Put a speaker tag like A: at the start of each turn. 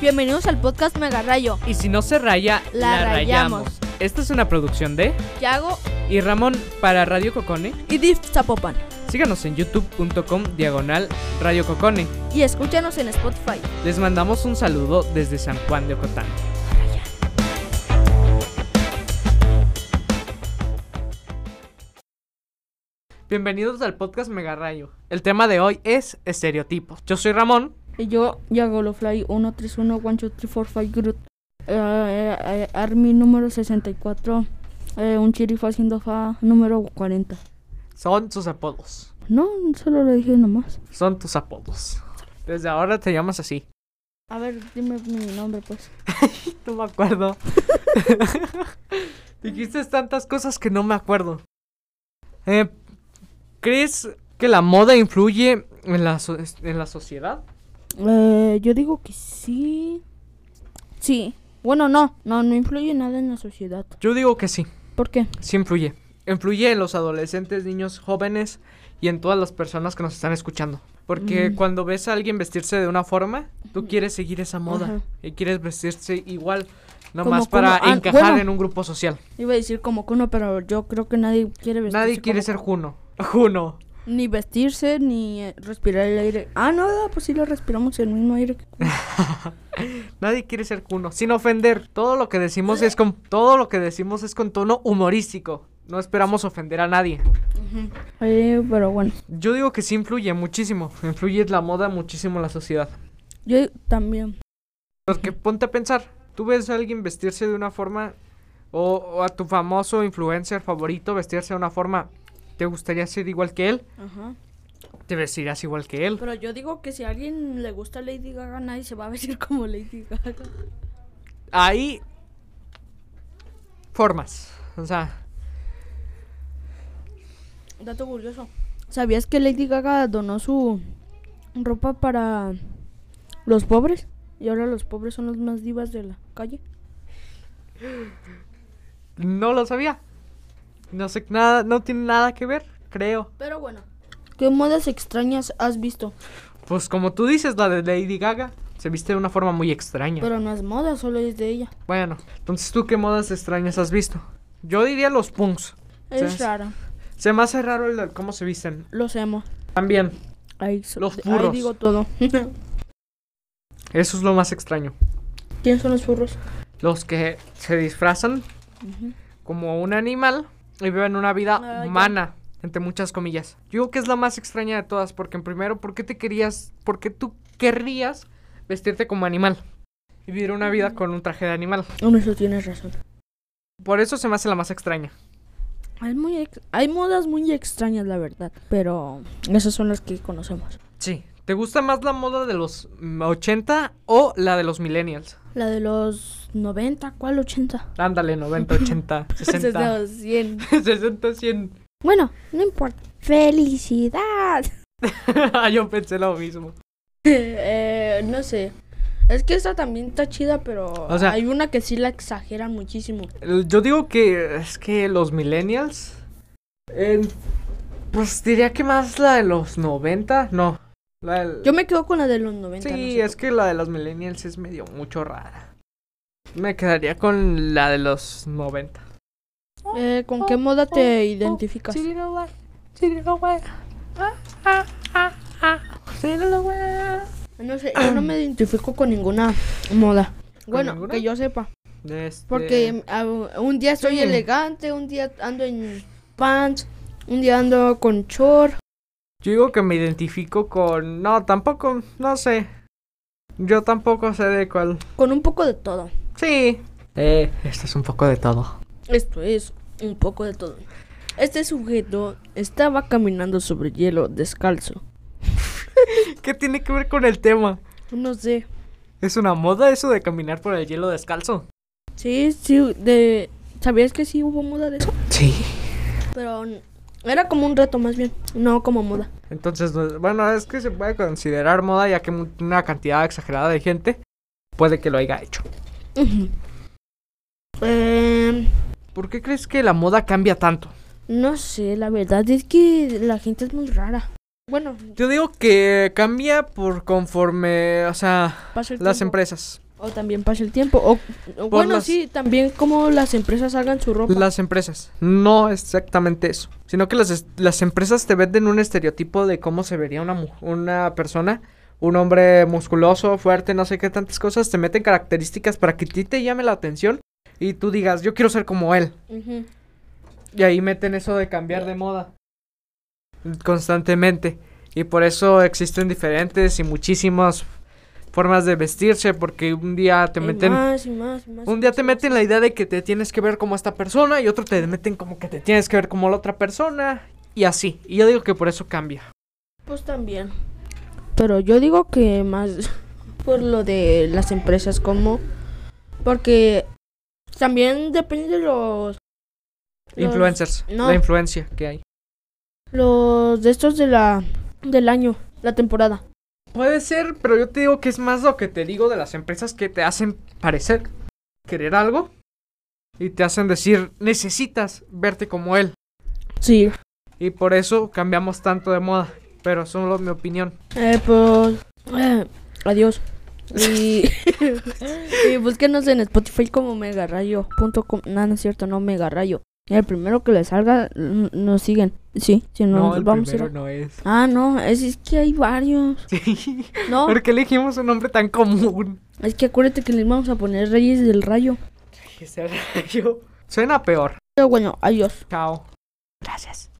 A: Bienvenidos al podcast Mega Rayo.
B: Y si no se raya,
A: La
B: la,
A: rayamos.
B: rayamos. Esta es una producción de
A: Yago
B: y Ramón para Radio Cocone.
A: y Div Zapopan.
B: Síganos en youtube.com diagonal Radio Cocone.
A: Y escúchanos en Spotify.
B: Les mandamos un saludo desde San Juan de Ocotán. Bienvenidos al podcast Mega Rayo. El tema de hoy es estereotipos. Yo soy Ramón.
C: Y yo, Yagolofly 131 12345 Groot. Eh, eh, eh, Army número 64. eh, un chirifo haciendo fa número 40.
B: Son sus apodos.
C: No, solo lo dije nomás.
B: Son tus apodos. Desde ahora te llamas así.
C: A ver, dime mi nombre, pues.
B: No me acuerdo. Dijiste tantas cosas que no me acuerdo. Eh, ¿Crees que la moda influye en la, so- en la sociedad?
C: Eh, yo digo que sí. Sí. Bueno, no, no, no influye nada en la sociedad.
B: Yo digo que sí,
C: ¿Por qué?
B: sí influye. Influye en los adolescentes, niños, jóvenes y en todas las personas que nos están escuchando. Porque
C: Mm.
B: cuando ves a alguien vestirse de una forma, tú quieres seguir esa moda
C: Ajá.
B: y quieres vestirse igual,
C: Como-
B: nomás para
C: como an-
B: encajar
C: bueno.
B: en un grupo social.
C: Iba a decir como Kuno, pero yo creo que nadie quiere vestirse.
B: Nadie quiere
C: como-
B: ser Juno. Juno.
C: Ni vestirse, ni eh, respirar el aire. Ah, no, pues sí lo respiramos el mismo aire que Kuno.
B: Nadie quiere ser cuno, sin ofender. Todo lo que decimos es con todo lo que decimos es con tono humorístico. No esperamos ofender a nadie.
C: Eh, pero bueno.
B: Yo digo que sí influye muchísimo. Influye la moda muchísimo en la sociedad.
C: Yo también.
B: Porque ponte a pensar, tú ves a alguien vestirse de una forma o, o a tu famoso influencer favorito vestirse de una forma, ¿te gustaría ser igual que él?
C: Ajá.
B: ¿Te vestirás igual que él?
C: Pero yo digo que si a alguien le gusta Lady Gaga, nadie se va a vestir como Lady Gaga.
B: Ahí formas. O sea,
C: Dato curioso. ¿Sabías que Lady Gaga donó su ropa para los pobres? Y ahora los pobres son los más divas de la calle.
B: no lo sabía. No sé nada, no tiene nada que ver, creo.
C: Pero bueno. ¿Qué modas extrañas has visto?
B: Pues como tú dices, la de Lady Gaga se viste de una forma muy extraña.
C: Pero no es moda, solo es de ella.
B: Bueno, entonces tú qué modas extrañas has visto? Yo diría los punks.
C: Es
B: Sí.
C: rara.
B: Se me hace raro el, cómo se visten.
C: Los emo.
B: También,
C: Ahí, so-
B: Los
C: ahí
B: furros.
C: digo todo.
B: eso es lo más extraño.
C: ¿Quiénes son los furros?
B: Los que se disfrazan como un animal y viven una vida
C: Ah, ya.
B: humana, entre muchas comillas. Yo digo que es la más extraña de todas, porque en primero, ¿por qué te querías, por qué tú querrías vestirte como animal? Y vivir una vida con un traje de animal.
C: No, eso tienes razón.
B: Por eso se me hace la más extraña.
C: Hay, muy ex- hay modas muy extrañas, la verdad. Pero esas son las que conocemos.
B: Sí. ¿Te gusta más la moda de los mm, 80 o la de los millennials?
C: La de los 90, ¿cuál Pues 80?
B: Ándale, 90, 80, 60,
C: 100.
B: 60, 100.
C: Bueno, no importa. ¡Felicidad!
B: Ah, Yo pensé lo mismo.
C: Eh, no sé. Es que esta también está chida, pero
B: O sea-
C: hay una que sí la exageran muchísimo.
B: El- Eh, Yo digo que es que los millennials... en- pues diría que más la de los 90, no. La del-
C: Yo me quedo con la de los 90. no
B: sí,
C: sé
B: es que la de los millennials es medio mucho rara. Me quedaría con la de los 90.
C: tú. Eh, ¿Con qué moda te identificas?
B: Cirilo, Cirilo,
C: No sé, yo no me identifico con ninguna moda. Bueno,
B: ninguna?
C: que yo sepa.
B: Este,
C: Porque ah, un día soy
B: Sí.
C: elegante, un día ando en pants, un día ando con short.
B: yo digo que me identifico con no tampoco no sé yo tampoco sé de cuál
C: Con un poco de todo.
B: sí eh esto es un poco de todo
C: Esto es un poco de todo. Este sujeto estaba caminando sobre hielo descalzo.
B: qué tiene que ver con el tema
C: No sé.
B: es una moda eso de caminar por el hielo descalzo
C: Sí, sí, de... ¿Sabías que sí hubo moda de eso?
B: sí
C: Pero n- era como un reto más bien, no como moda.
B: entonces pues, bueno es que se puede considerar moda ya que mu- una cantidad exagerada de gente puede que lo haya hecho
C: Ujú. Em,
B: ¿por qué crees que la moda cambia tanto
C: no sé, la verdad es que la gente es muy rara. Bueno,
B: yo digo que cambia por conforme o sea
C: pasa el
B: las
C: tiempo.
B: empresas
C: O también pasa el tiempo. O, o bueno,
B: las-
C: sí, también como las empresas hagan su ropa.
B: Las empresas. No exactamente eso. Sino que las, es- las empresas te venden un estereotipo de cómo se vería una, mu- una persona. Un hombre musculoso, fuerte, no sé qué tantas cosas. Te meten características para que a ti te llame la atención. Y tú digas, yo quiero ser como él.
C: Ujú.
B: Y ahí meten eso de cambiar de moda. Constantemente. Y por eso existen diferentes y muchísimas formas de vestirse. Porque un día te
C: Y
B: meten...
C: más, y más, y más,
B: Un
C: y
B: día
C: más,
B: te
C: y más.
B: meten la idea de que te tienes que ver como esta persona y otro te meten como que te tienes que ver como la otra persona y así. Y yo digo que por eso cambia.
C: Pues también. Pero yo digo que más por lo de las empresas como porque también depende de los Los-
B: Influencers,
C: no.
B: la influencia que hay.
C: los de estos de la del año, la temporada.
B: Puede ser, pero yo te digo que es más lo que te digo de las empresas que te hacen parecer querer algo y te hacen decir necesitas verte como él.
C: Sí.
B: Y por eso cambiamos tanto de moda. Pero solo mi opinión.
C: Eh, pues eh, adiós.
D: Y
C: Y búsquenos en Spotify como megarayo.com. No, no es cierto, no megarayo.
D: el primero que le salga, n- nos siguen. Sí, si no, nos
B: el
D: vamos a ir.
B: primero
D: a-
B: no es.
D: Ah, no, es, es que hay varios.
B: Sí.
D: No,
B: ¿Por qué elegimos un nombre tan común?
D: es que acuérdate que les vamos a poner Reyes del Rayo.
B: Suena peor.
D: Pero bueno, adiós.
B: Chao. Gracias.